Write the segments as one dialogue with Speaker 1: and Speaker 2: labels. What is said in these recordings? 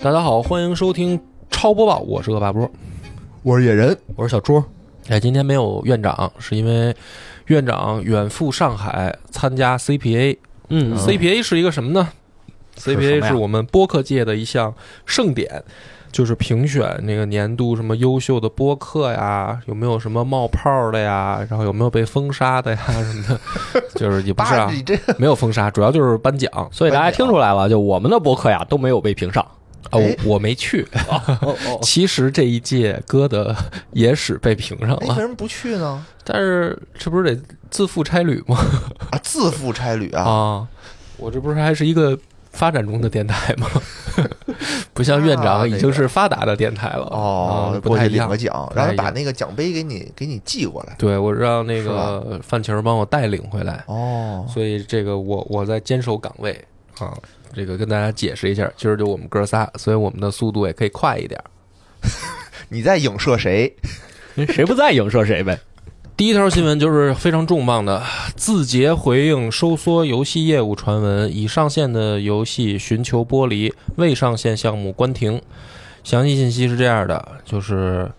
Speaker 1: 大家好，欢迎收听超播报，我是恶霸波，
Speaker 2: 我是野人，
Speaker 3: 我是小朱。
Speaker 1: 哎，今天没有院长，是因为院长远赴上海参加 CPA。
Speaker 3: 嗯
Speaker 1: CPA 是一个什么呢
Speaker 3: 什么
Speaker 1: ？CPA
Speaker 3: 呀
Speaker 1: 是我们播客界的一项盛典，就是评选那个年度什么优秀的播客呀，有没有什么冒泡的呀，然后有没有被封杀的呀 什么的，就是也不是啊
Speaker 2: 爸，你这
Speaker 1: 没有封杀，主要就是颁奖啊、
Speaker 3: 所以大家听出来了，就我们的博客呀都没有被评上。
Speaker 1: 我我没去，
Speaker 3: 哦 哦，
Speaker 1: 其实这一届歌的野史被评上
Speaker 2: 哎为
Speaker 1: 了，
Speaker 2: 什么不去呢？
Speaker 1: 但是这不是得自负差旅吗？
Speaker 2: 啊，自负差旅啊，
Speaker 1: 啊，我这不是还是一个发展中的电台吗？ 不像院
Speaker 2: 啊
Speaker 1: 长
Speaker 2: 那
Speaker 1: 已经
Speaker 2: 个
Speaker 1: 是发达的电台了
Speaker 2: 哦
Speaker 1: 嗯，不
Speaker 2: 过
Speaker 1: 太
Speaker 2: 去
Speaker 1: 一
Speaker 2: 领
Speaker 1: 样
Speaker 2: 个。奖，
Speaker 1: 不太
Speaker 2: 然
Speaker 1: 一样
Speaker 2: 后把那个奖杯给你给你寄过来。
Speaker 1: 对，我让那
Speaker 2: 是
Speaker 1: 个范球帮我带领回来，
Speaker 2: 哦，
Speaker 1: 所以这个我我在坚守岗位啊。这个跟大家解释一下，今儿就我们哥仨，所以我们的速度也可以快一点。
Speaker 2: 你在影射谁？
Speaker 3: 谁不在影射谁呗。
Speaker 1: 第一条新闻就是非常重磅的，字节回应收缩游戏业务传闻，已上线的游戏寻求剥离，未上线项目关停。详细信息是这样的，就是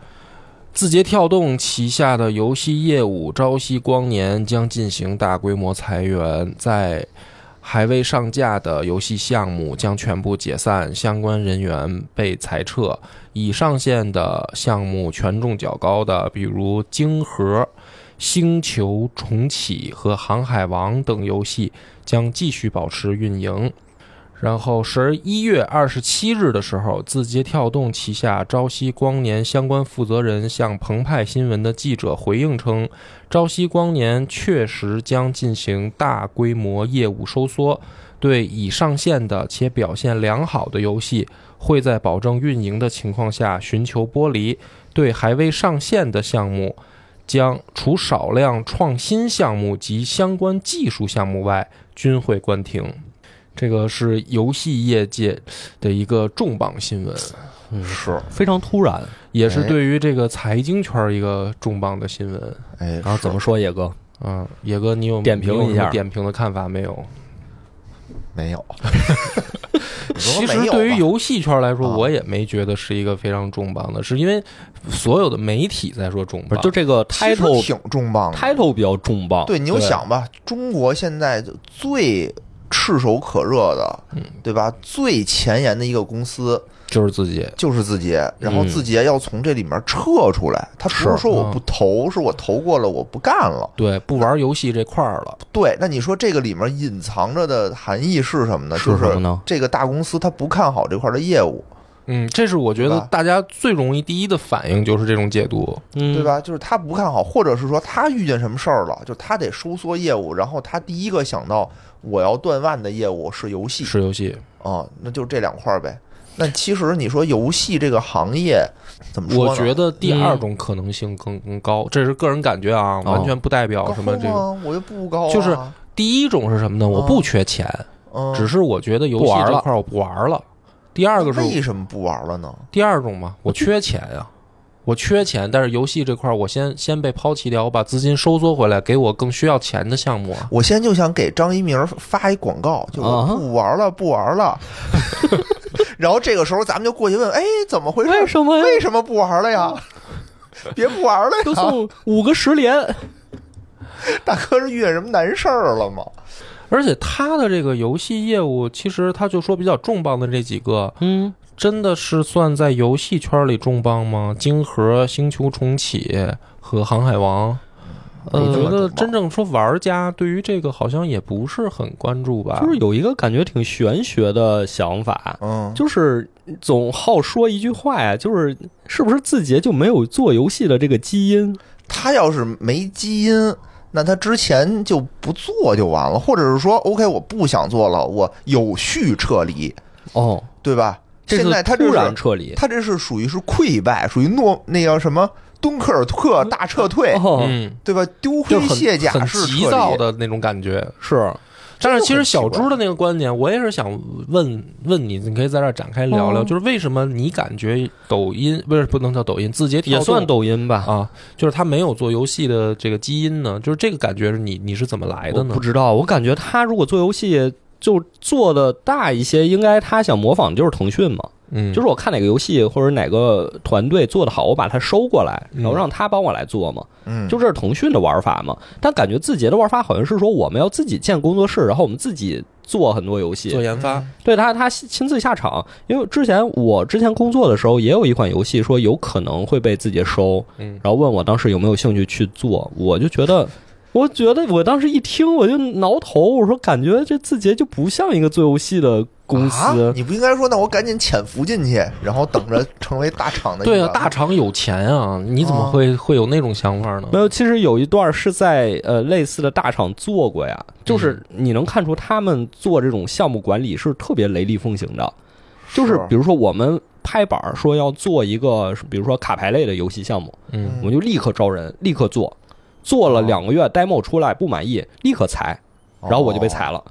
Speaker 1: 字节跳动旗下的游戏业务朝夕光年将进行大规模裁员，在还未上架的游戏项目将全部解散，相关人员被裁撤。已上线的项目权重较高的，比如《晶核》《星球重启》和《航海王》等游戏将继续保持运营。然后，十一月二十七日的时候，字节跳动旗下朝夕光年相关负责人向澎湃新闻的记者回应称，朝夕光年确实将进行大规模业务收缩，对已上线的且表现良好的游戏，会在保证运营的情况下寻求剥离；对还未上线的项目，将除少量创新项目及相关技术项目外，均会关停。这个是游戏业界的一个重磅新闻，
Speaker 2: 是，
Speaker 3: 非常突然。
Speaker 1: 也是对于这个财经圈儿一个重磅的新闻。
Speaker 2: 哎，
Speaker 3: 然后怎么说，野哥？
Speaker 1: 啊，野哥，你有
Speaker 3: 点评
Speaker 1: 你有什么
Speaker 3: 一下
Speaker 1: 点评的看法没有？
Speaker 2: 是没有？
Speaker 1: 其实对于游戏圈来说，
Speaker 2: 啊
Speaker 1: 我也没觉得是一个非常重磅的，是因为所有的媒体在说重
Speaker 3: 不
Speaker 1: 磅
Speaker 3: 是，，就这个
Speaker 2: 开头
Speaker 3: title
Speaker 2: 挺重磅的。
Speaker 3: title 比较重磅。
Speaker 2: 对，你就想吧，中国现在最炙手可热的，对吧？最前沿的一个公司
Speaker 1: 就是自己
Speaker 2: 就是字节，然后
Speaker 3: 嗯
Speaker 2: 字节要从这里面撤出来，他不是
Speaker 3: 是
Speaker 2: 说我不
Speaker 1: 嗯
Speaker 2: 投，是我投过了，我不干了。
Speaker 1: 对不玩游戏这块儿了。
Speaker 2: 对，那你说这个里面隐藏着的含义是什么呢？
Speaker 3: 是
Speaker 2: 就
Speaker 3: 什么呢
Speaker 2: 是这个大公司它不看好这块的业务，
Speaker 1: 嗯，这是我觉得
Speaker 2: 对吧
Speaker 1: 大家最容易第一的反应就是这种解读。
Speaker 3: 嗯，
Speaker 2: 对？吧？就是他不看好，或者是说他遇见什么事儿了，就他得收缩业务，然后他第一个想到我要断腕的业务是游戏
Speaker 1: 是游戏，
Speaker 2: 啊、那就这两块儿呗。那其实你说游戏这个行业怎么说呢？
Speaker 1: 我觉得第二种可能性更更高，这是个人感觉啊，
Speaker 3: 哦
Speaker 1: 完全不代表
Speaker 2: 嗯高
Speaker 1: 什么这个。
Speaker 2: 吗？我又不高啊、
Speaker 1: 就是第一种是什么呢？我
Speaker 2: 嗯
Speaker 1: 不缺钱，
Speaker 2: 嗯，
Speaker 1: 只是我觉得游
Speaker 3: 不
Speaker 1: 戏
Speaker 3: 玩
Speaker 1: 这
Speaker 3: 了
Speaker 1: 块儿我不玩了。第二个是
Speaker 2: 为什么不玩了呢？
Speaker 1: 第二种嘛，我缺钱呀、我缺钱，但是游戏这块儿我先先被抛弃掉，我把资金收缩回来，给我更需要钱的项目啊。
Speaker 2: 我现在就想给张一鸣发一广告，就我
Speaker 3: 啊哈
Speaker 2: 不玩了，不玩 了。然后这个时候咱们就过去问，哎，怎么回事？
Speaker 3: 为什么呀？
Speaker 2: 为什么不玩了呀？别不玩了
Speaker 3: 就
Speaker 2: 呀！
Speaker 3: 送五个十连，
Speaker 2: 大哥是遇见什么难事儿了吗？
Speaker 1: 而且他的这个游戏业务，其实他就说比较重磅的这几个，
Speaker 3: 嗯，
Speaker 1: 真的是算在游戏圈里重磅吗？晶核、星球重启和航海王。呃，
Speaker 2: 我
Speaker 1: 我
Speaker 2: 觉
Speaker 1: 觉
Speaker 2: 得重
Speaker 1: 得
Speaker 2: 磅
Speaker 1: 真正说玩家对于这个好像也不是很关注吧，
Speaker 3: 就是有一个感觉挺玄学的想法，
Speaker 2: 嗯，
Speaker 3: 就是总好说一句话呀，就是是不是字节就没有做游戏的这个基因？
Speaker 2: 他要是没基因，那他之前就不做就完了，或者是说，OK，我不想做了，我有序撤离，
Speaker 3: 哦，
Speaker 2: 对吧？
Speaker 3: 这
Speaker 2: 现在
Speaker 3: 是
Speaker 2: 他
Speaker 3: 突
Speaker 2: 这
Speaker 3: 然
Speaker 2: 是
Speaker 3: 撤离。
Speaker 2: 他这是属于是溃败，属于诺那叫什么敦刻尔克大撤退，
Speaker 3: 哦，
Speaker 1: 嗯，
Speaker 2: 对吧？丢
Speaker 1: 就
Speaker 2: 盔
Speaker 1: 很
Speaker 2: 卸甲
Speaker 1: 很
Speaker 2: 式
Speaker 1: 急
Speaker 2: 撤
Speaker 1: 躁
Speaker 2: 离
Speaker 1: 的那种感觉，
Speaker 3: 是，
Speaker 1: 但是其实小
Speaker 2: 这就
Speaker 1: 猪
Speaker 2: 很奇
Speaker 1: 的那个观点，我也是想问问你，你可以在这儿展开聊聊，
Speaker 3: 哦
Speaker 1: 就是为什么你感觉抖音不是不能叫抖音，字节跳
Speaker 3: 也
Speaker 1: 动
Speaker 3: 算抖音吧。
Speaker 1: 啊，就是它没有做游戏的这个基因呢？就是这个感觉是你你是怎么来的
Speaker 3: 我
Speaker 1: 呢
Speaker 3: 不？知道，我感觉他如果做游戏就做的大一些，应该他想模仿就是腾讯嘛。
Speaker 1: 嗯，
Speaker 3: 就是我看哪个游戏或者哪个团队做得好，我把它收过来，
Speaker 1: 嗯
Speaker 3: 然后让他帮我来做嘛。
Speaker 2: 嗯，
Speaker 3: 就这是腾讯的玩法嘛。但感觉字节的玩法好像是说我们要自己建工作室，然后我们自己做很多游
Speaker 1: 做
Speaker 3: 戏。
Speaker 1: 研发，
Speaker 3: 对他，他亲自下场。因为之前我之前工作的时候，也有一款游戏说有可能会被字节收，
Speaker 1: 嗯，
Speaker 3: 然后问我当时有没有兴趣去做，我就觉得。我觉得我当时一听我就挠头，我说感觉这字节就不像一个做游戏的
Speaker 2: 啊
Speaker 3: 公司，。
Speaker 2: 你不应该说，那我赶紧潜伏进去，然后等着成为大厂的一
Speaker 1: 对
Speaker 2: 员
Speaker 1: 啊，大厂有钱啊，你怎么
Speaker 2: 啊
Speaker 1: 会会有那种想法呢
Speaker 3: 哦没？有，其实有一段是在呃类似的大厂做过呀，就是你能看出他们做这种项目管理是特别雷厉风行的，就是比如说我们拍板儿说要做一个，比如说卡牌类的游戏项目，
Speaker 1: 嗯
Speaker 2: 嗯
Speaker 3: 我们就立刻招人，立刻做，做了两个月 demo 出来不满意，立刻裁，然后我
Speaker 2: 哦
Speaker 3: 就被裁了。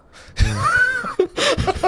Speaker 3: 嗯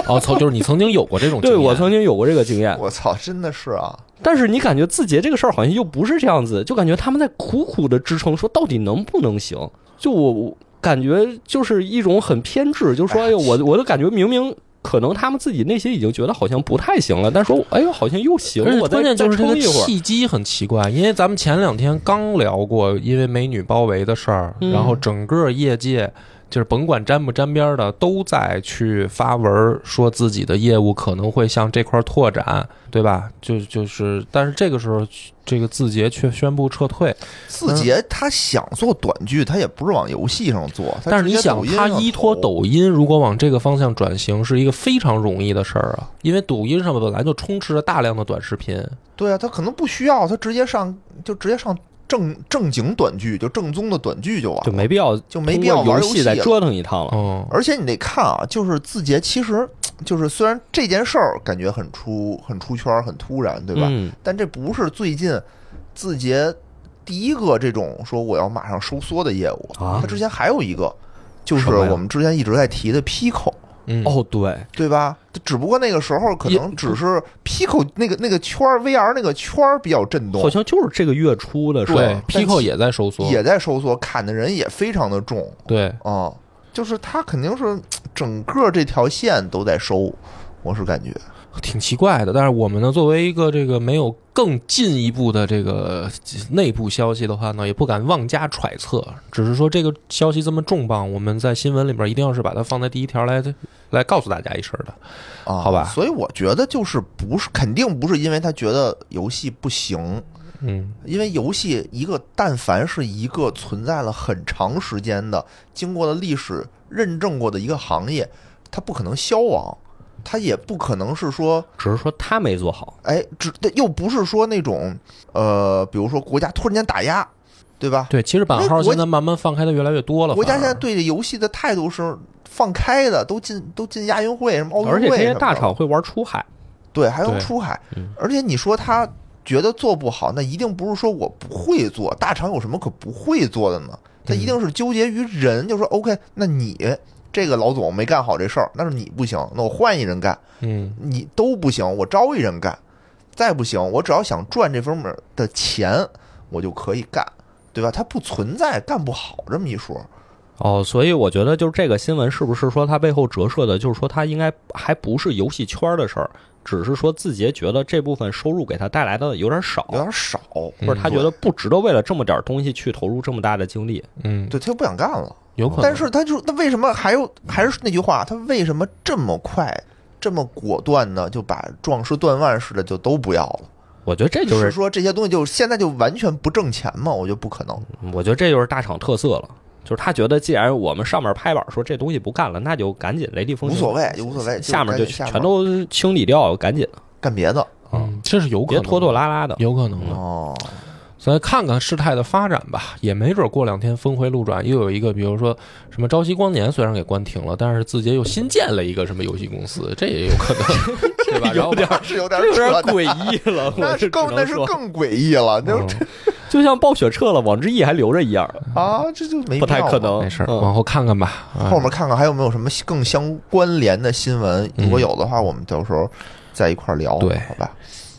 Speaker 1: 哦，操， 就是你曾经有过这种经
Speaker 3: 对
Speaker 1: 验，
Speaker 3: 我曾经有过这个经验
Speaker 2: 哦。，我操，真的是啊，
Speaker 3: 但是你感觉字节这个事儿好像又不是这样子，就感觉他们在苦苦的支撑，说到底能不能行？就我我感觉就是一种很偏执，就说
Speaker 2: 哎呀
Speaker 3: 哎呦，我我都感觉明明可能他们自己内心已经觉得好像不太行了，但说哎呦好像又行
Speaker 1: 而，且
Speaker 3: 我再
Speaker 1: 关键就是
Speaker 3: 再
Speaker 1: 这
Speaker 3: 撑
Speaker 1: 个
Speaker 3: 一会儿。
Speaker 1: 契机很奇怪，因为咱们前两天刚聊过因为美女包围的事儿，
Speaker 3: 嗯
Speaker 1: 然后整个业界就是甭管沾不沾边儿的，都在去发文儿说自己的业务可能会向这块儿拓展，对吧？就就是，但是这个时候，这个字节却宣布撤退。
Speaker 2: 字节他想做短剧，他也不是往游戏上做，它
Speaker 1: 但是你
Speaker 2: 直接
Speaker 1: 想
Speaker 2: 抖，音
Speaker 1: 它
Speaker 2: 上
Speaker 1: 依托
Speaker 2: 投，
Speaker 1: 抖音，如果往这个方向转型，是一个非常容易的事儿啊，因为抖音上面本来就充斥着大量的短视频。
Speaker 2: 对啊，他可能不需要，他直接上就直接上正正经短剧，就正宗的短剧就完
Speaker 3: 就
Speaker 2: 了，
Speaker 3: 没必要
Speaker 2: 就没必要
Speaker 3: 通过
Speaker 2: 玩
Speaker 3: 游
Speaker 2: 游
Speaker 3: 戏
Speaker 2: 戏
Speaker 3: 再
Speaker 2: 了
Speaker 3: 折腾一趟了。
Speaker 1: 嗯，
Speaker 2: 而且你得看啊，就是字节，其实就是虽然这件事儿感觉很出很出圈儿、很突然，对吧？
Speaker 3: 嗯
Speaker 2: 但这不是最近字节第一个这种说我要马上收缩的业务
Speaker 3: 啊
Speaker 2: 它之前还有一个，就是
Speaker 3: 什么呀
Speaker 2: 我们之前一直在提的 Pico，
Speaker 1: 嗯，
Speaker 3: 哦，对，
Speaker 2: 对吧？只不过那个时候可能只是 Pico 那个那个圈儿 VR 那个圈儿比较震动
Speaker 3: 好，像就是这个月初的时候
Speaker 1: 对
Speaker 2: 但，
Speaker 1: ，Pico
Speaker 2: 其
Speaker 1: 也在收缩，
Speaker 2: 也在收缩，砍的人也非常的重
Speaker 1: 对。
Speaker 2: 啊、就是它肯定是整个这条线都在收，我是感觉。
Speaker 1: 挺奇怪的。但是我们呢，作为一个这个没有更进一步的这个内部消息的话呢，也不敢妄加揣测，只是说这个消息这么重磅，我们在新闻里边一定要是把它放在第一条来来告诉大家一声的。
Speaker 2: 啊，
Speaker 1: 好吧
Speaker 2: 所以我觉得就是不是肯定不是因为他觉得游戏不行，
Speaker 1: 嗯，
Speaker 2: 因为游戏一个但凡是一个存在了很长时间的、经过了历史认证过的一个行业，它不可能消亡，它也不可能是说
Speaker 3: 只是说他没做好。
Speaker 2: 哎，只又不是说那种呃，比如说国家突然间打压，对吧？
Speaker 1: 对，其实版
Speaker 2: 因
Speaker 1: 号
Speaker 2: 为国
Speaker 1: 现在慢慢放开的越来越多了，
Speaker 2: 国家
Speaker 1: 哎反
Speaker 2: 现
Speaker 1: 而
Speaker 2: 在对这游戏的态度是放开的，都进都进亚运会什么奥运会，
Speaker 3: 而且这些大厂会玩出海，
Speaker 2: 对，还能
Speaker 1: 对
Speaker 2: 出海
Speaker 3: 嗯。
Speaker 2: 而且你说他觉得做不好，那一定不是说我不会做，大厂有什么可不会做的呢？他一定
Speaker 3: 嗯
Speaker 2: 是纠结于人，就说 OK，那你这个老总没干好这事儿，那是你不行，那我换一人干，
Speaker 1: 嗯
Speaker 2: 你都不行，我招一人干，再不行，我只要想赚这方面的钱，我就可以干，对吧？它不存在干不好这么一说，
Speaker 3: 哦，所以我觉得就是这个新闻是不是说它背后折射的，就是说它应该还不是游戏圈的事儿，只是说字节觉得这部分收入给它带来的有点少，
Speaker 2: 有点嗯少，
Speaker 3: 或者他觉得不值得为了这么点儿东西去投入这么大的精力。
Speaker 1: 嗯，
Speaker 2: 对，他就不想干了。
Speaker 1: 有可能。
Speaker 2: 但是他就那为什么还有还是那句话，他为什么这么快这么果断呢？就把壮士断腕似的就都不要了，
Speaker 3: 我觉得这就是是，
Speaker 2: 说这些东西就现在就完全不挣钱嘛？我觉得不可能。
Speaker 3: 我觉得这就是大厂特色了。就是他觉得，既然我们上面拍板说这东西不干了，那就赶紧雷厉风
Speaker 2: 无
Speaker 3: 行，
Speaker 2: 所谓，无所谓，
Speaker 3: 下面
Speaker 2: 就
Speaker 3: 就
Speaker 2: 下
Speaker 3: 全都清理掉，赶紧
Speaker 2: 干别的
Speaker 3: 啊，
Speaker 1: 嗯，这是有可
Speaker 3: 别
Speaker 1: 能，
Speaker 3: 拖嗯拖，拉拉的。
Speaker 1: 有可能的。
Speaker 2: 哦。
Speaker 1: 咱看看事态的发展吧，也没准过两天峰回路转，又有一个，比如说什么朝夕光年虽然给关停了，但是字节又新建了一个什么游戏公司，这也有可 能，对吧？然后
Speaker 2: 有点儿是有点
Speaker 3: 这有点
Speaker 2: 扯淡
Speaker 3: 诡异了，
Speaker 2: 那
Speaker 3: 我
Speaker 2: 是
Speaker 3: 只能
Speaker 2: 更那是
Speaker 3: 说
Speaker 2: 更诡异了，那
Speaker 1: 嗯
Speaker 3: 就像暴雪撤了，网之翼还留着一样，
Speaker 2: 啊，这就没
Speaker 3: 不太
Speaker 2: 必要了
Speaker 3: 可能。
Speaker 1: 没事儿，
Speaker 3: 嗯
Speaker 1: 往后看看吧。啊
Speaker 2: 后面看看还有没有什么更相关联的新闻，
Speaker 1: 嗯
Speaker 2: 如果有的话，我们到时候在一块儿聊，
Speaker 1: 对
Speaker 2: 好吧？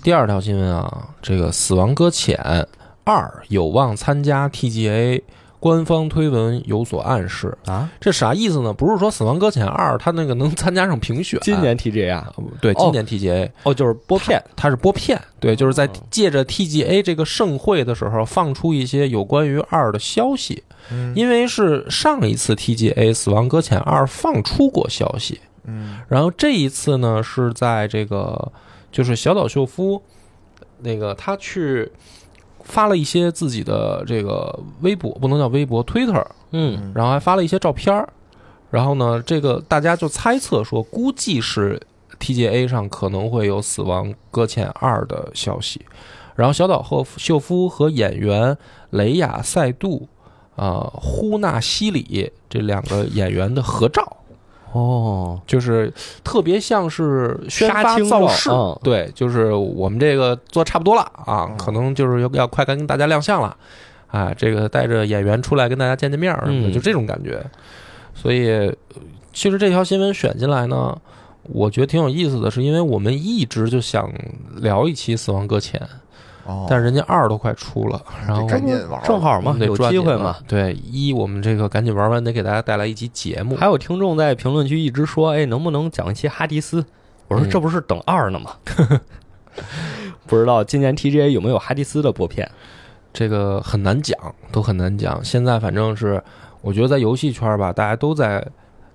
Speaker 1: 第二条新闻啊，这个《死亡搁浅二》有望参加 TGA 官方推文有所暗示。
Speaker 3: 啊，
Speaker 1: 这啥意思呢？不是说《死亡搁浅二》它那个能参加上评选，
Speaker 3: 今年 TGA 啊，
Speaker 1: 对
Speaker 3: 哦
Speaker 1: 今年 TGA、
Speaker 3: 哦，就是拨片，
Speaker 1: 它是播片，对，就是在
Speaker 3: 哦
Speaker 1: 借着 TGA 这个盛会的时候放出一些有关于二的消息，
Speaker 2: 嗯
Speaker 1: 因为是上一次 TGA《死亡搁浅二》放出过消息，
Speaker 2: 嗯
Speaker 1: 然后这一次呢是在这个就是小岛秀夫那个他去发了一些自己的这个微博，不能叫微博，Twitter，
Speaker 3: 嗯
Speaker 1: 然后还发了一些照片儿。然后呢，这个大家就猜测说，估计是 TGA 上可能会有《死亡搁浅二》的消息。然后小岛和秀夫和演员雷雅塞杜、啊、呼纳西里这两个演员的合照，
Speaker 3: 哦，
Speaker 1: 就是特别像是宣
Speaker 3: 杀
Speaker 1: 发
Speaker 3: 青
Speaker 1: 造
Speaker 3: 照
Speaker 1: 势，
Speaker 3: 嗯
Speaker 1: 对，就是我们这个做差不多了啊，
Speaker 2: 嗯
Speaker 1: 可能就是要要快该跟大家亮相了，啊，这个带着演员出来跟大家见见面儿什么的，
Speaker 3: 嗯
Speaker 1: 就这种感觉。所以，呃其实这条新闻选进来呢，我觉得挺有意思的，是因为我们一直就想聊一期《死亡搁浅》，
Speaker 2: 哦，
Speaker 1: 但是人家二都快出了，然后
Speaker 2: 赶紧玩儿
Speaker 3: 正好
Speaker 1: 我
Speaker 3: 嘛，
Speaker 1: 们得
Speaker 3: 有
Speaker 1: 抓
Speaker 3: 机
Speaker 1: 紧
Speaker 3: 会
Speaker 1: 了
Speaker 3: 嘛。？
Speaker 1: 对，一我们这个赶紧玩完，得给大家带来一期节目。
Speaker 3: 还有听众在评论区一直说，哎，能不能讲一期哈迪斯？我说
Speaker 1: 嗯
Speaker 3: 这不是等二呢吗？ 不知道今年 TGA 有没有哈迪斯的播片？
Speaker 1: 这个很难讲，都很难讲。现在反正是，我觉得在游戏圈吧，大家都在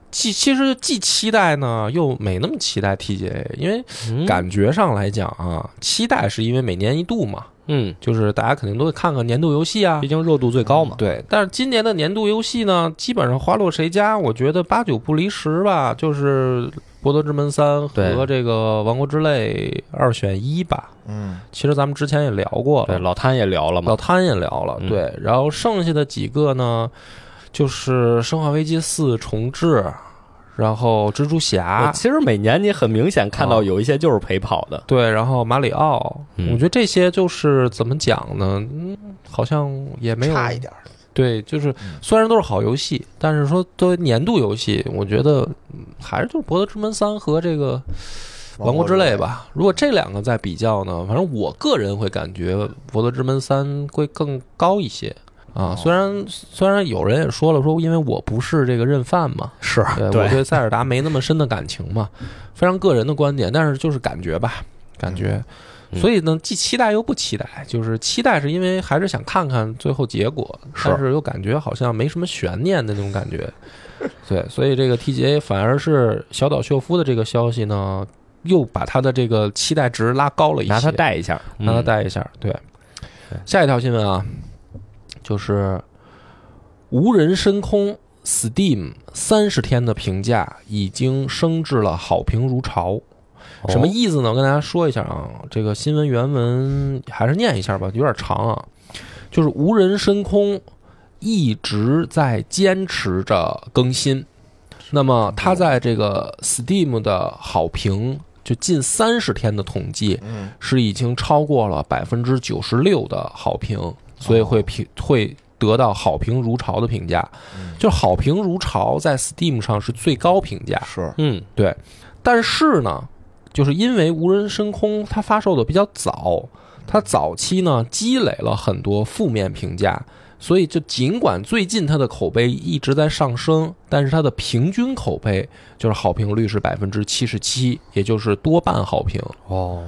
Speaker 1: 既其实既期待呢，又没那么期待 TGA，因为
Speaker 3: 嗯
Speaker 1: 感觉上来讲啊，期待是因为每年一度嘛，
Speaker 3: 嗯，
Speaker 1: 就是大家肯定都会看看年度游戏啊
Speaker 3: 毕。竟热度最高嘛。
Speaker 1: 对，但是今年的年度游戏呢，基本上花落谁家，我觉得八九不离十吧，就是《博德之门三》
Speaker 3: 对
Speaker 1: 和这个《王国之泪》二选一吧。
Speaker 2: 嗯
Speaker 1: 其实咱们之前也聊过了
Speaker 3: 对，，老谭也聊了嘛
Speaker 1: 老。摊也聊了，
Speaker 3: 嗯
Speaker 1: 对，然后剩下的几个呢，就是《生化危机四》重置，然后蜘蛛
Speaker 3: 我
Speaker 1: 侠，
Speaker 3: 其实每年你很明显看到有一些就是陪跑的，
Speaker 1: 对，然后马里奥，
Speaker 3: 嗯
Speaker 1: 我觉得这些就是怎么讲呢？嗯，好像也没有
Speaker 2: 差一点儿，
Speaker 1: 对，就是
Speaker 2: 嗯
Speaker 1: 虽然都是好游戏，但是说作为年度游戏，我觉得嗯还是就是《博德之门三》和这个《王国之泪》吧。如果这两个再比较呢，反正我个人会感觉《博德之门三》会更高一些啊。
Speaker 2: 哦
Speaker 1: 虽然虽然有人也说了，说因为我不是这个认犯嘛，
Speaker 3: 是
Speaker 1: 对我
Speaker 3: 对
Speaker 1: 对塞尔达没那么深的感情嘛，非常个人的观点，但是就是感觉吧，感觉。
Speaker 3: 嗯
Speaker 1: 所以呢，既期待又不期待，就是期待是因为还是想看看最后结果，
Speaker 3: 是
Speaker 1: 但是又感觉好像没什么悬念的那种感觉。对，所以这个 TGA 反而是小岛秀夫的这个消息呢，又把他的这个期待值拉高了一些，
Speaker 3: 拿它带一下，
Speaker 1: 让他
Speaker 3: 嗯
Speaker 1: 带一下。对
Speaker 3: 对，
Speaker 1: 下一条新闻啊，就是无人深空 Steam 三十天的评价已经升至了好评如潮。什么
Speaker 3: 哦
Speaker 1: 意思呢？我跟大家说一下啊，这个新闻原文还是念一下吧，有点长啊。就是无人深空一直在坚持着更新，那
Speaker 3: 哦
Speaker 1: 么它在这个 Steam 的好评就近三十天的统计，
Speaker 2: 嗯
Speaker 1: 是已经超过了百分之九十六的好评，所以会评会得到好评如潮的评价。就好评如潮在 Steam 上是最高评价，
Speaker 2: 是
Speaker 3: 嗯
Speaker 1: 但是呢，就是因为无人深空它发售的比较早，它早期呢积累了很多负面评价，所以就尽管最近它的口碑一直在上升，但是它的平均口碑就是好评率是百分之七十七，也就是多半好评。
Speaker 3: 哦，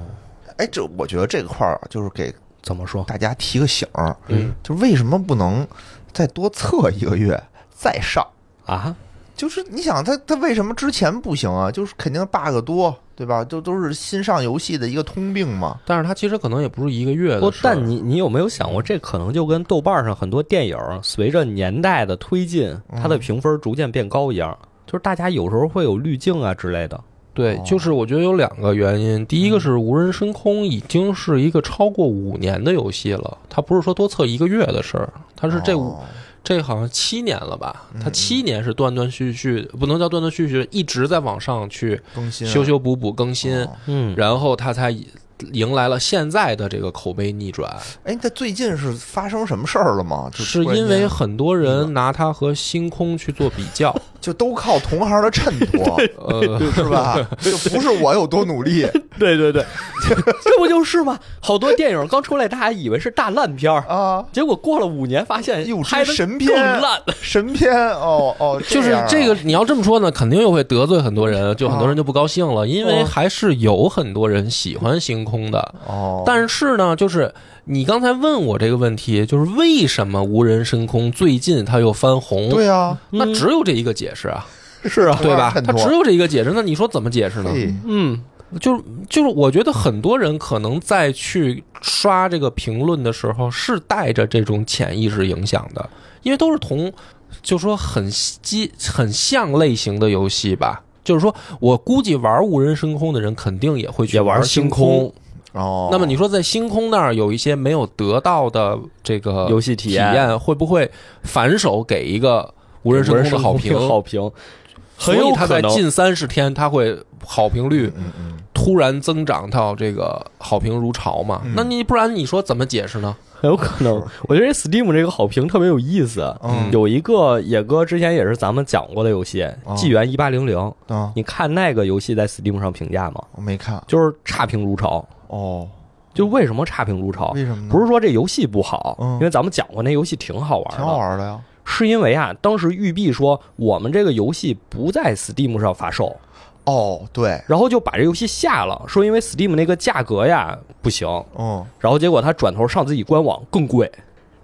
Speaker 2: 哎，这我觉得这块儿啊就是给
Speaker 3: 怎么说？
Speaker 2: 大家提个醒儿，
Speaker 1: 嗯，
Speaker 2: 就为什么不能再多测一个月再上？
Speaker 3: 啊，
Speaker 2: 就是你想它它为什么之前不行啊？就是肯定 bug 多，对吧？就都是新上游戏的一个通病嘛。
Speaker 1: 但是它其实可能也不是一个月的
Speaker 3: 不
Speaker 1: 事，儿。
Speaker 3: 但你你有没有想过，这可能就跟豆瓣上很多电影随着年代的推进，它的评分逐渐变高一样，就是大家有时候会有滤镜啊之类的。
Speaker 1: 对，
Speaker 2: 哦
Speaker 1: 就是我觉得有两个原因，第一个是无人深空已经是一个超过五年的游戏了，它不是说多测一个月的事儿，它是这五、
Speaker 2: 哦
Speaker 1: 这好像七年了吧？
Speaker 2: 嗯
Speaker 1: 它七年是断断续续，不能叫断断续续，一直在往上去
Speaker 2: 更新啊
Speaker 1: 修修补补更新，
Speaker 2: 哦
Speaker 3: 嗯，
Speaker 1: 然后它才迎来了现在的这个口碑逆转，
Speaker 2: 哎，那最近是发生什么事儿了吗？就是突然
Speaker 1: 因
Speaker 2: 间嗯
Speaker 1: 为很多人拿它和星空去做比较，
Speaker 2: 就都靠同行的衬托，
Speaker 1: 呃，
Speaker 2: 是 吧？就不是我有多努力
Speaker 3: 对对对， 这不就是吗？好多电影刚出来，大家以为是大烂片儿，
Speaker 2: 啊，
Speaker 3: 结果过了五年，发现
Speaker 2: 哟
Speaker 3: 拍
Speaker 2: 这
Speaker 3: 的
Speaker 2: 神
Speaker 3: 更
Speaker 2: 片
Speaker 3: 烂。
Speaker 2: 神片哦 哦，
Speaker 1: 就是
Speaker 2: 样啊
Speaker 1: 这个，你要这么说呢，肯定又会得罪很多人，就很多人就不高兴了，因为
Speaker 2: 嗯
Speaker 1: 还是有很多人喜欢星空的。
Speaker 2: 哦，
Speaker 1: 但是呢，就是你刚才问我这个问题，就是为什么无人深空最近它又翻红？
Speaker 2: 对啊，
Speaker 1: 那只有这一个解释啊，
Speaker 3: 是啊，
Speaker 1: 对吧？
Speaker 2: 很
Speaker 1: 它
Speaker 2: 多
Speaker 1: 只有这一个解释，那你说怎么解释呢？
Speaker 2: 嘿
Speaker 3: 嗯，
Speaker 1: 就是就是，我觉得很多人可能在去刷这个评论的时候，是带着这种潜意识影响的，因为都是同，就说很基很像类型的游戏吧。就是说我估计玩无人深空的人，肯定也会去
Speaker 3: 也玩
Speaker 1: 星
Speaker 3: 星空
Speaker 2: 哦，
Speaker 1: 那么你说在星空那儿有一些没有得到的这个
Speaker 3: 游戏呃体
Speaker 1: 体验，会不会反手给一个无人深空的好评？
Speaker 3: 好评，
Speaker 1: 所
Speaker 3: 很
Speaker 1: 以
Speaker 3: 有
Speaker 1: 他
Speaker 3: 可
Speaker 1: 在
Speaker 3: 能
Speaker 1: 近三十天，他会好评率
Speaker 2: 嗯嗯
Speaker 1: 突然增长到这个好评如潮嘛？
Speaker 2: 嗯
Speaker 1: 那你不然你说怎么解释呢？
Speaker 3: 很有可能。我觉得这 Steam 这个好评特别有意思。
Speaker 2: 嗯
Speaker 3: 有一个野哥之前也是咱们讲过的游戏
Speaker 2: 哦
Speaker 3: 《纪元一八零零》，
Speaker 2: 嗯啊，
Speaker 3: 你看那个游戏在 Steam 上评价吗？
Speaker 2: 我没看
Speaker 3: 就是差评如潮。
Speaker 2: 哦，
Speaker 3: 就为什么差评如
Speaker 1: 哦
Speaker 3: 潮？
Speaker 2: 为什么呢
Speaker 3: 不是说这游戏不好，
Speaker 2: 嗯
Speaker 3: 因为咱们讲过那游戏挺好玩
Speaker 2: 挺
Speaker 3: 的，
Speaker 2: 好玩的呀？
Speaker 3: 是因为啊，当时育碧说我们这个游戏不在 Steam 上发售，
Speaker 2: 哦，对，
Speaker 3: 然后就把这游戏下了，说因为 Steam 那个价格呀不行，
Speaker 2: 嗯，
Speaker 3: 然后结果他转头上自己官网更贵，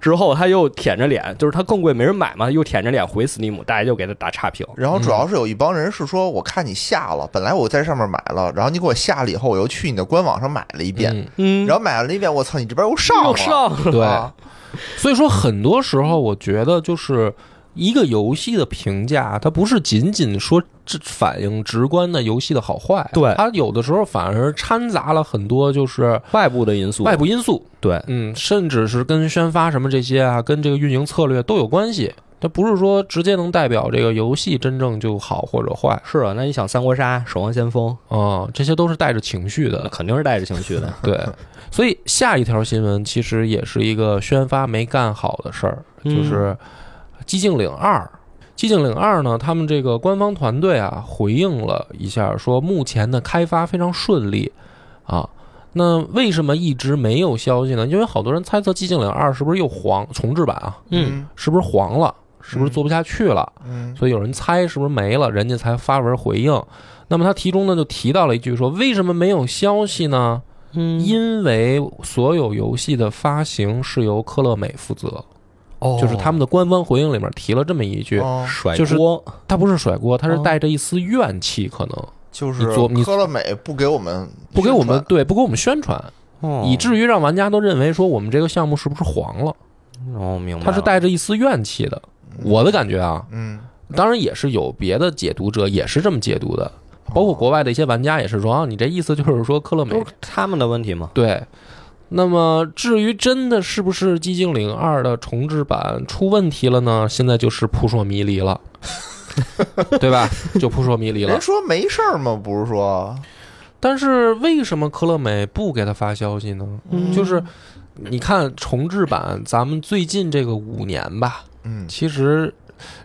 Speaker 3: 之后他又舔着脸，就是他更贵没人买嘛，又舔着脸回 Steam，大家就给他打差评。
Speaker 2: 然
Speaker 1: 嗯
Speaker 2: 后主要是有一帮人是说，我看你下了，本来我在上面买了，然后你给我下了以后，我又去你的官网上买了一遍，
Speaker 1: 嗯，
Speaker 3: 嗯，
Speaker 2: 然后买了一遍，我操，你这边又上
Speaker 3: 又
Speaker 2: 了，
Speaker 3: 上了，
Speaker 1: 对。
Speaker 2: 啊
Speaker 1: 所以说，很多时候我觉得就是一个游戏的评价，它不是仅仅说这反映直观的游戏的好坏，
Speaker 3: 对
Speaker 1: 它有的时候反而掺杂了很多就是
Speaker 3: 外部的因素，
Speaker 1: 外部因素，
Speaker 3: 对，
Speaker 1: 嗯，甚至是跟宣发什么这些啊，跟这个运营策略都有关系。它不是说直接能代表这个游戏真正就好或者坏
Speaker 3: 是啊。那你想三国杀、守望先锋，
Speaker 1: 啊、这些都是带着情绪
Speaker 3: 那
Speaker 1: 的。
Speaker 3: 肯定是带着情绪的。
Speaker 1: 对，所以下一条新闻其实也是一个宣发没干好的事儿，
Speaker 3: 嗯
Speaker 1: 就是《寂静岭二》。《寂静岭二》呢，他们这个官方团队啊回应了一下，说目前的开发非常顺利啊。那为什么一直没有消息呢？因为好多人猜测《寂静岭二》是不是又黄重置版啊？
Speaker 3: 嗯，
Speaker 1: 是不是黄了？是不是做不下去了？
Speaker 2: 嗯
Speaker 1: 所以有人猜是不是没了，人家才发文回应。那么他题中呢就提到了一句说，为什么没有消息呢？
Speaker 3: 嗯
Speaker 1: 因为所有游戏的发行是由科乐美负责，
Speaker 3: 哦
Speaker 1: 就是他们的官方回应里面提了这么一句，
Speaker 2: 嗯哦
Speaker 3: 甩
Speaker 1: 就是
Speaker 3: 锅，
Speaker 1: 他不是甩锅，他是
Speaker 3: 哦
Speaker 1: 带着一丝怨气，可能
Speaker 2: 就是
Speaker 1: 你做你
Speaker 2: 科乐美不给我们
Speaker 1: 不给我们
Speaker 2: 宣传
Speaker 1: 对不给我们宣传，
Speaker 3: 哦
Speaker 1: 以至于让玩家都认为说我们这个项目是不是黄了，
Speaker 3: 哦，明白了，
Speaker 1: 他是带着一丝怨气的。我的感觉啊，
Speaker 2: 嗯，
Speaker 1: 当然也是有别的解读者也是这么解读的，
Speaker 3: 哦
Speaker 1: 包括
Speaker 2: 嗯
Speaker 1: 国外的一些玩家也是说啊，你这意思就是说科乐美
Speaker 3: 都是他们的问题嘛。
Speaker 1: 对。那么至于真的是不是《寂静岭二》的重置版出问题了呢？现在就是扑朔迷离 了，对吧？就扑朔迷离
Speaker 3: 哎
Speaker 1: 了
Speaker 2: 人。说没事儿嘛，不是说
Speaker 1: 但是为什么科乐美不给他发消息呢？
Speaker 3: 嗯
Speaker 1: 就是你看重置版，咱们最近这个五年吧，
Speaker 2: 嗯
Speaker 1: 其实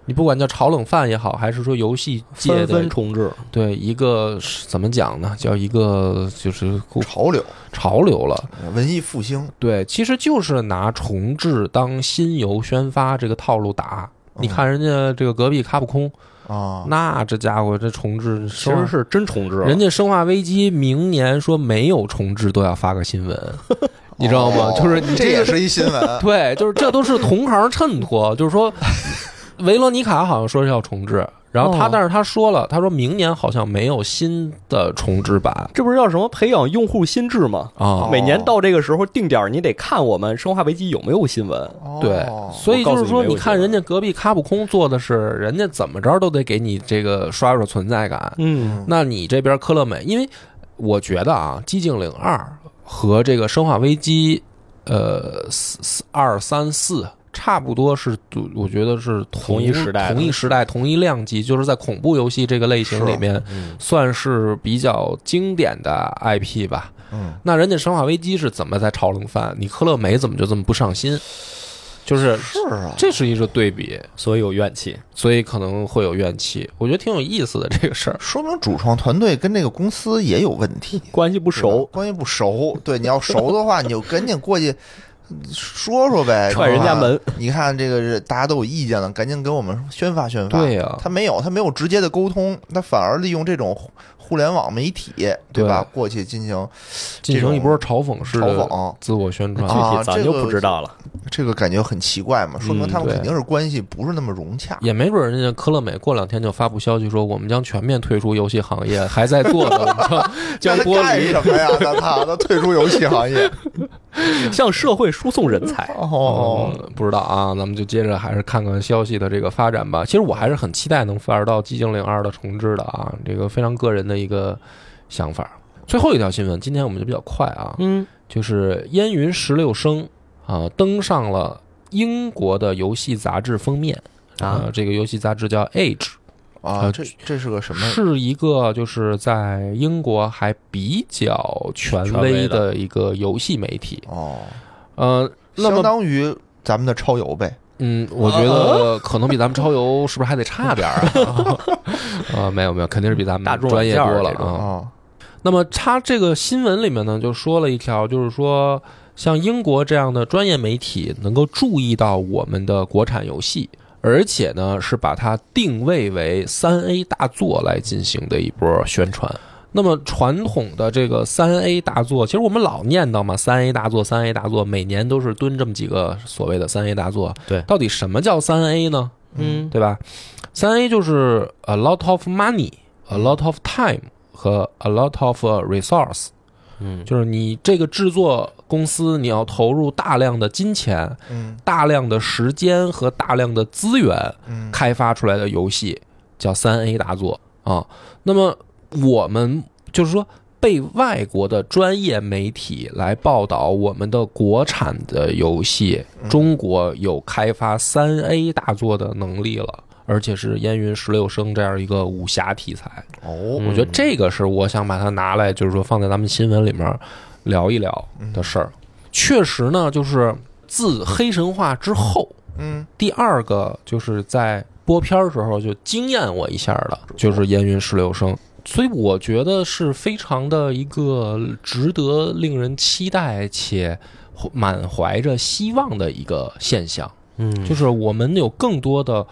Speaker 1: 你不管叫炒冷饭也好，还是说游戏界的
Speaker 3: 纷纷重置，
Speaker 1: 对一个是怎么讲呢？叫一个就是
Speaker 2: 潮流
Speaker 1: 潮流了。
Speaker 2: 文艺复兴，
Speaker 1: 对，其实就是拿重置当新游宣发这个套路打。
Speaker 2: 嗯
Speaker 1: 你看人家这个隔壁卡普空，
Speaker 2: 啊，
Speaker 1: 那这家伙这重置，
Speaker 3: 其实是啊真重置了，
Speaker 1: 人家《生化危机》明年说没有重置都要发个新闻， 你知道吗？
Speaker 2: 哦
Speaker 1: 就是 你
Speaker 2: 这
Speaker 1: 个
Speaker 2: 也是一新 闻
Speaker 1: 对，就是这都是同行衬托，就是 说维罗妮卡好像说是要重置，然后他、
Speaker 3: 哦
Speaker 1: 但是他说了，他说明年好像没有新的重置版
Speaker 3: 这不是叫什么培养用户心智吗？
Speaker 2: 哦
Speaker 1: 啊。
Speaker 3: 每年到这个时候定点儿，你得看我们《生化危机》有没有新闻。
Speaker 1: 对，
Speaker 2: 哦
Speaker 1: 所以就是说，
Speaker 3: 我告诉你没有
Speaker 1: 你看
Speaker 3: 结论
Speaker 1: 人家隔壁卡普空做的是，人家怎么着都得给你这个刷刷存在感。
Speaker 3: 嗯
Speaker 1: 那你这边科乐美，因为我觉得啊，《寂静岭二》和这个《生化危机》呃四四二三四差不多是，我觉得是同
Speaker 3: 同一时代的
Speaker 1: 同一时代、同一量级，就是在恐怖游戏这个类型里面
Speaker 3: 嗯，
Speaker 1: 算是比较经典的 IP 吧。
Speaker 2: 嗯，
Speaker 1: 那人家《生化危机》是怎么在炒冷饭？你科乐美怎么就这么不上心？就是
Speaker 2: 是啊，
Speaker 1: 这是一个对比，
Speaker 3: 所以有怨气。
Speaker 1: 所以可能会有怨气。我觉得挺有意思的这个事儿。
Speaker 2: 说明主创团队跟这个公司也有问题，
Speaker 3: 关系不
Speaker 2: 对吧
Speaker 3: 熟，
Speaker 2: 关系不熟。对，你要熟的话，你就赶紧过去说说呗，
Speaker 3: 踹人家门。
Speaker 2: 你看这个是大家都有意见了，赶紧给我们宣发宣发。
Speaker 1: 对呀
Speaker 2: 他没有，他没有直接的沟通，他反而利用这种互互联网媒体，对吧？过去进行
Speaker 1: 进行一波嘲讽式
Speaker 2: 嘲
Speaker 1: 的
Speaker 2: 讽，
Speaker 1: 自我宣传
Speaker 3: 具
Speaker 2: 啊，
Speaker 3: 体咱就不知道了。
Speaker 2: 这个感觉很奇怪嘛，说明他
Speaker 1: 嗯
Speaker 2: 们
Speaker 1: 对
Speaker 2: 肯定是关系不是那么融洽。
Speaker 1: 也没准人家科乐美过两天就发布消息说，我们将全面退出游戏行业，还在做 的，我们将将
Speaker 2: 那他
Speaker 1: 剥
Speaker 2: 干
Speaker 1: 离。
Speaker 2: 什 么呀？那他他退出游戏行业
Speaker 3: 向社会输送人才，
Speaker 2: 哦，
Speaker 1: 嗯，不知道啊，咱们就接着还是看看消息的这个发展吧。其实我还是很期待能玩到《寂静岭二》的重置的啊，这个非常个人的一个想法。最后一条新闻，今天我们就比较快啊，
Speaker 3: 嗯，
Speaker 1: 就是烟云十六声啊登上了英国的游戏杂志封面
Speaker 3: 啊
Speaker 1: 呃这个游戏杂志叫 Age，
Speaker 2: 啊，这这是个什么？
Speaker 1: 是一个就是在英国还比较权
Speaker 3: 权
Speaker 1: 威
Speaker 3: 威的
Speaker 1: 的一个游戏媒体。
Speaker 2: 哦，
Speaker 1: 呃，那
Speaker 2: 相
Speaker 1: 么
Speaker 2: 当于咱们的超游呗。
Speaker 1: 嗯，我觉得可能比咱们超游是不是还得差点儿 啊？ 啊，没有没有，肯定是比咱
Speaker 3: 大
Speaker 1: 们
Speaker 3: 众
Speaker 1: 专业
Speaker 3: 软
Speaker 1: 多
Speaker 3: 件儿
Speaker 1: 了
Speaker 3: 这种
Speaker 1: 啊。
Speaker 2: 哦，
Speaker 1: 那么他这个新闻里面呢，就说了一条，就是说像英国这样的专业媒体能够注意到我们的国产游戏，而且呢是把它定位为三 A 大作来进行的一波宣传。那么传统的这个三 A 大作，其实我们老念叨嘛，三 A 大作，三 A 大作，每年都是蹲这么几个所谓的三 A 大作。
Speaker 3: 对
Speaker 1: 到底什么叫三 A 呢？
Speaker 3: 嗯
Speaker 1: 对吧？三 A 就是 a lot of money, a lot of time 和 a lot of uh, resource，
Speaker 3: 嗯，
Speaker 1: 就是你这个制作公司你要投入大量的金钱、
Speaker 2: 嗯
Speaker 1: 大量的时间和大量的资源
Speaker 2: 嗯，
Speaker 1: 开发出来的游戏叫三 A 大作啊。那么我们就是说。被外国的专业媒体来报道我们的国产的游戏，
Speaker 2: 嗯
Speaker 1: 中国有开发三 A 大作的能力了，而且是《烟云十六声》这样一个武侠题材。
Speaker 2: 哦，
Speaker 1: 我觉得这个是我想把它拿来，就是说放在咱们新闻里面聊一聊的事
Speaker 2: 嗯
Speaker 1: 儿。确实呢，就是自黑神话之后，
Speaker 2: 嗯，
Speaker 1: 第二个就是在播片儿时候就惊艳我一下的，就是《烟云十六声》，所以我觉得是非常的一个值得令人期待且满怀着希望的一个现象。
Speaker 3: 嗯
Speaker 1: 就是我们有更多的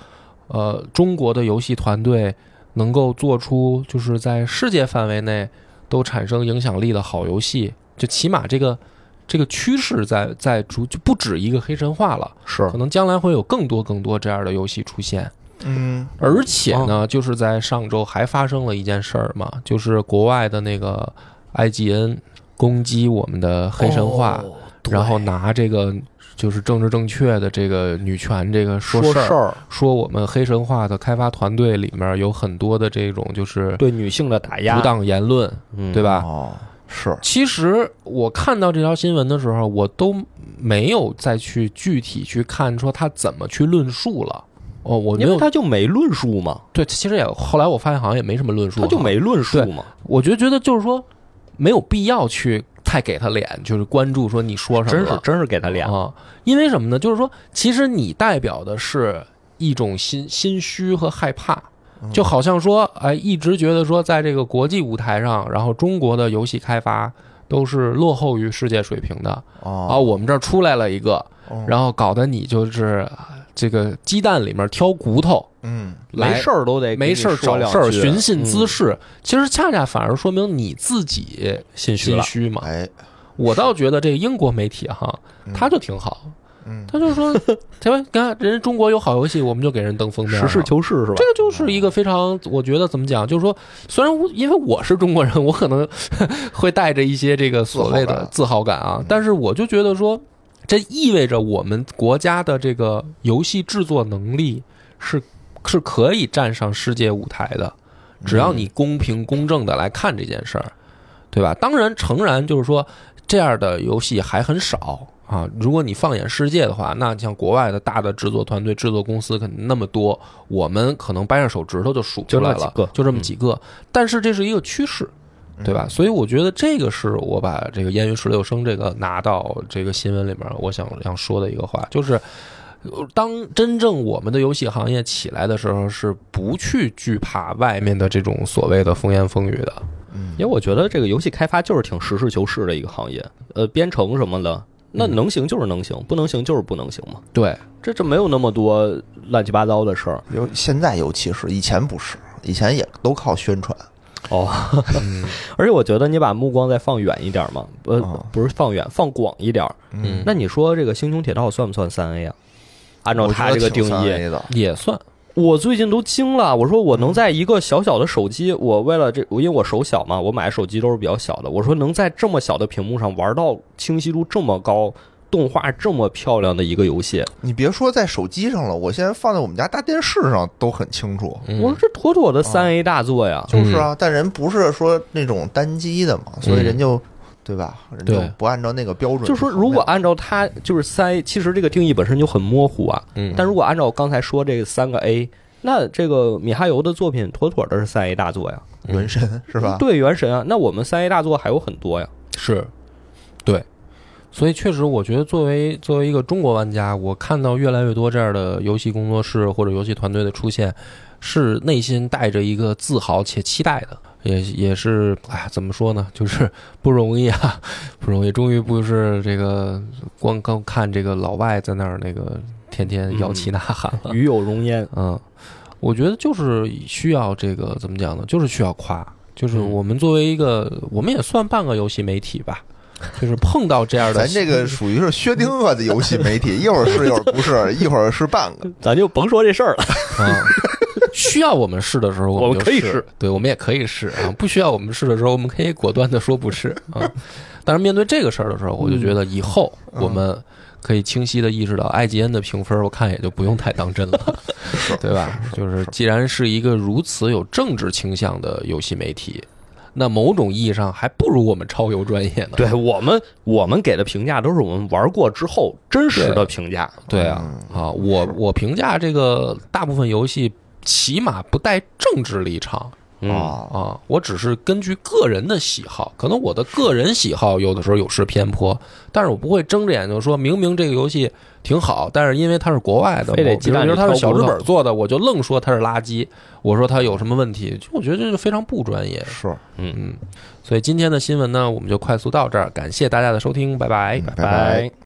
Speaker 1: 呃中国的游戏团队能够做出就是在世界范围内都产生影响力的好游戏，就起码这个这个趋势在在逐就不止一个黑神话了，
Speaker 2: 是
Speaker 1: 可，能将来会有更多更多这样的游戏出现。
Speaker 2: 嗯
Speaker 1: 而且呢，就是在上周还发生了一件事儿嘛，就是国外的那个 IGN 攻击我们的黑神话，
Speaker 2: 哦
Speaker 1: 然后拿这个就是政治正确的这个女权这个说
Speaker 3: 说
Speaker 1: 事儿，
Speaker 3: 儿，
Speaker 1: 说我们黑神话的开发团队里面有很多的这种就是
Speaker 3: 对女性的打压，
Speaker 1: 不当言论，
Speaker 3: 嗯，
Speaker 1: 对吧？
Speaker 2: 哦，是，
Speaker 1: 其实我看到这条新闻的时候，我都没有再去具体去看说他怎么去论述了。哦，我没
Speaker 3: 因为
Speaker 1: 有
Speaker 3: 他就没论述嘛，
Speaker 1: 对，其实也后来我发现好像也没什么论述，
Speaker 3: 他就，没论述
Speaker 1: 对
Speaker 3: 嘛，
Speaker 1: 我就觉得就是说没有必要去太给他脸，就是关注说你说什么
Speaker 3: 真
Speaker 1: 了，
Speaker 3: 是真是给他脸
Speaker 1: 啊、，因为什么呢？就是说，其实你代表的是一种心心虚和害怕，就好像说，哎，一直觉得说，在这个国际舞台上，然后中国的游戏开发都是落后于世界水平的啊，
Speaker 2: 哦，
Speaker 1: 我们这儿出来了一个，
Speaker 2: 哦
Speaker 1: 然后搞得你就是啊这个鸡蛋里面挑骨头，
Speaker 2: 嗯，
Speaker 1: 来
Speaker 3: 没事儿都得
Speaker 1: 没事儿找事儿寻
Speaker 3: 啊
Speaker 1: 衅滋事，其实恰恰反而说明你自己
Speaker 3: 心虚
Speaker 1: 心
Speaker 3: 了，
Speaker 1: 虚嘛。
Speaker 2: 哎，
Speaker 1: 我倒觉得这个英国媒体哈，
Speaker 2: 嗯
Speaker 1: 他就挺好。
Speaker 2: 嗯，
Speaker 1: 他就说，台湾，看人家中国有好游戏，我们就给人登封面。
Speaker 3: 实事，求是是吧
Speaker 1: 这？个就是一个非常，我觉得怎么讲，就是说，虽然我因为我是中国人，我可能会带着一些这个所谓的自豪感啊，但是我就觉得说，这意味着我们国家的这个游戏制作能力是是可以站上世界舞台的，只要
Speaker 3: 嗯
Speaker 1: 你公平公正的来看这件事儿，对吧？当然，诚然就是说，这样的游戏还很少啊。如果你放眼世界的话，那像国外的大的制作团队、制作公司可能那么多，我们可能掰上手指头就数出来
Speaker 3: 就那
Speaker 1: 了
Speaker 3: 几个，嗯
Speaker 1: 就这么几个。但是这是一个趋势，
Speaker 2: 嗯
Speaker 1: 对吧？所以我觉得这个是我把这个《烟云十六声》这个拿到这个新闻里面，我想想说的一个话，就是呃当真正我们的游戏行业起来的时候，是不去惧怕外面的这种所谓的风言风语的。
Speaker 2: 嗯
Speaker 3: 因为我觉得这个游戏开发就是挺实事求是的一个行业，呃，编程什么的，那
Speaker 1: 嗯
Speaker 3: 能行就是能行，不能行就是不能行嘛。
Speaker 1: 对，
Speaker 3: 这这没有那么多乱七八糟的事儿
Speaker 2: 尤现在尤其是以前不是，以前也都靠宣传。
Speaker 3: 哦。 而且我觉得你把目光再放远一点嘛，呃，
Speaker 2: 哦
Speaker 3: 不是放远，放广一点儿。
Speaker 1: 嗯
Speaker 3: 那你说这个《星穹铁道》算不算三 A 啊？按照
Speaker 2: 我
Speaker 3: 他
Speaker 2: 觉
Speaker 3: 这
Speaker 2: 得
Speaker 3: 个
Speaker 2: 挺
Speaker 3: 定
Speaker 2: 三
Speaker 3: 义，
Speaker 2: A 的，
Speaker 1: 也算。
Speaker 3: 我最近都惊了。我说我能在一个小小的手机，我为了这，因为我手小嘛，我买的手机都是比较小的。我说能在这么小的屏幕上玩到清晰度这么高、动画这么漂亮的一个游戏，
Speaker 2: 你别说在手机上了，我现在放在我们家大电视上都很清楚。
Speaker 1: 嗯
Speaker 3: 我说这妥妥的三 A 大作呀！
Speaker 2: 就是啊，但人不是说那种单机的嘛，
Speaker 3: 嗯
Speaker 2: 所以人就对吧？人就
Speaker 1: 对
Speaker 2: 不按照那个标准去
Speaker 3: 就
Speaker 2: 衡量。
Speaker 3: 是说，如果按照它就是三 A，其实这个定义本身就很模糊啊。
Speaker 1: 嗯
Speaker 3: 但如果按照刚才说这三个 A，那这个米哈游的作品妥妥的是三 A 大作呀，
Speaker 2: 原神是吧？
Speaker 3: 对，《原神》啊，那我们三 A 大作还有很多呀。
Speaker 1: 是，对，所以确实，我觉得作为作为一个中国玩家，我看到越来越多这样的游戏工作室或者游戏团队的出现，是内心带着一个自豪且期待的，也也是，哎，怎么说呢，就是不容易啊，不容易，终于不是这个光光看这个老外在那儿那个天天摇旗呐喊了，
Speaker 3: 与有荣焉，
Speaker 1: 嗯，我觉得就是需要这个怎么讲呢？就是需要夸，就是
Speaker 3: 嗯
Speaker 1: 我们作为一个，我们也算半个游戏媒体吧，就是碰到这样的，
Speaker 2: 咱这个属于是薛定谔的游戏媒体，一会儿是一会儿不是，一会儿是半个。
Speaker 3: 咱就甭说这事儿了。
Speaker 1: 啊。需要我们试的时候，
Speaker 3: 我
Speaker 1: 们
Speaker 3: 们
Speaker 1: 就
Speaker 3: 可以
Speaker 1: 试
Speaker 3: 试，
Speaker 1: 对，我们也可以试啊。不需要我们试的时候，我们可以果断的说不是啊。但是面对这个事儿的时候，我就觉得以后我们可以清晰的意识到，IGN 的评分，我看也就不用太当真了。
Speaker 2: 是
Speaker 1: 对吧？就是既然是一个如此有政治倾向的游戏媒体，那某种意义上还不如我们超游专业呢。
Speaker 3: 对我们，我们给的评价都是我们玩过之后真实的评价。
Speaker 1: 对啊，
Speaker 2: 嗯
Speaker 1: 啊，我我评价这个大部分游戏起码不带政治立场
Speaker 3: 嗯
Speaker 2: 啊，
Speaker 1: 啊，我只是根据个人的喜好，可能我的个人喜好有的时候有失偏颇，但是我不会睁着眼睛说明明这个游戏挺好，但是因为它是国外的，
Speaker 3: 非得
Speaker 1: 我比
Speaker 3: 鸡
Speaker 1: 如
Speaker 3: 蛋
Speaker 1: 比
Speaker 3: 里
Speaker 1: 如它是小
Speaker 3: 挑骨
Speaker 1: 日
Speaker 3: 头
Speaker 1: 本做的，我就愣说它是垃圾，我说它有什么问题，就我觉得这就非常不专业。
Speaker 2: 是，
Speaker 1: 所以今天的新闻呢，我们就快速到这儿，感谢大家的收听，拜拜，
Speaker 2: 嗯
Speaker 3: 拜。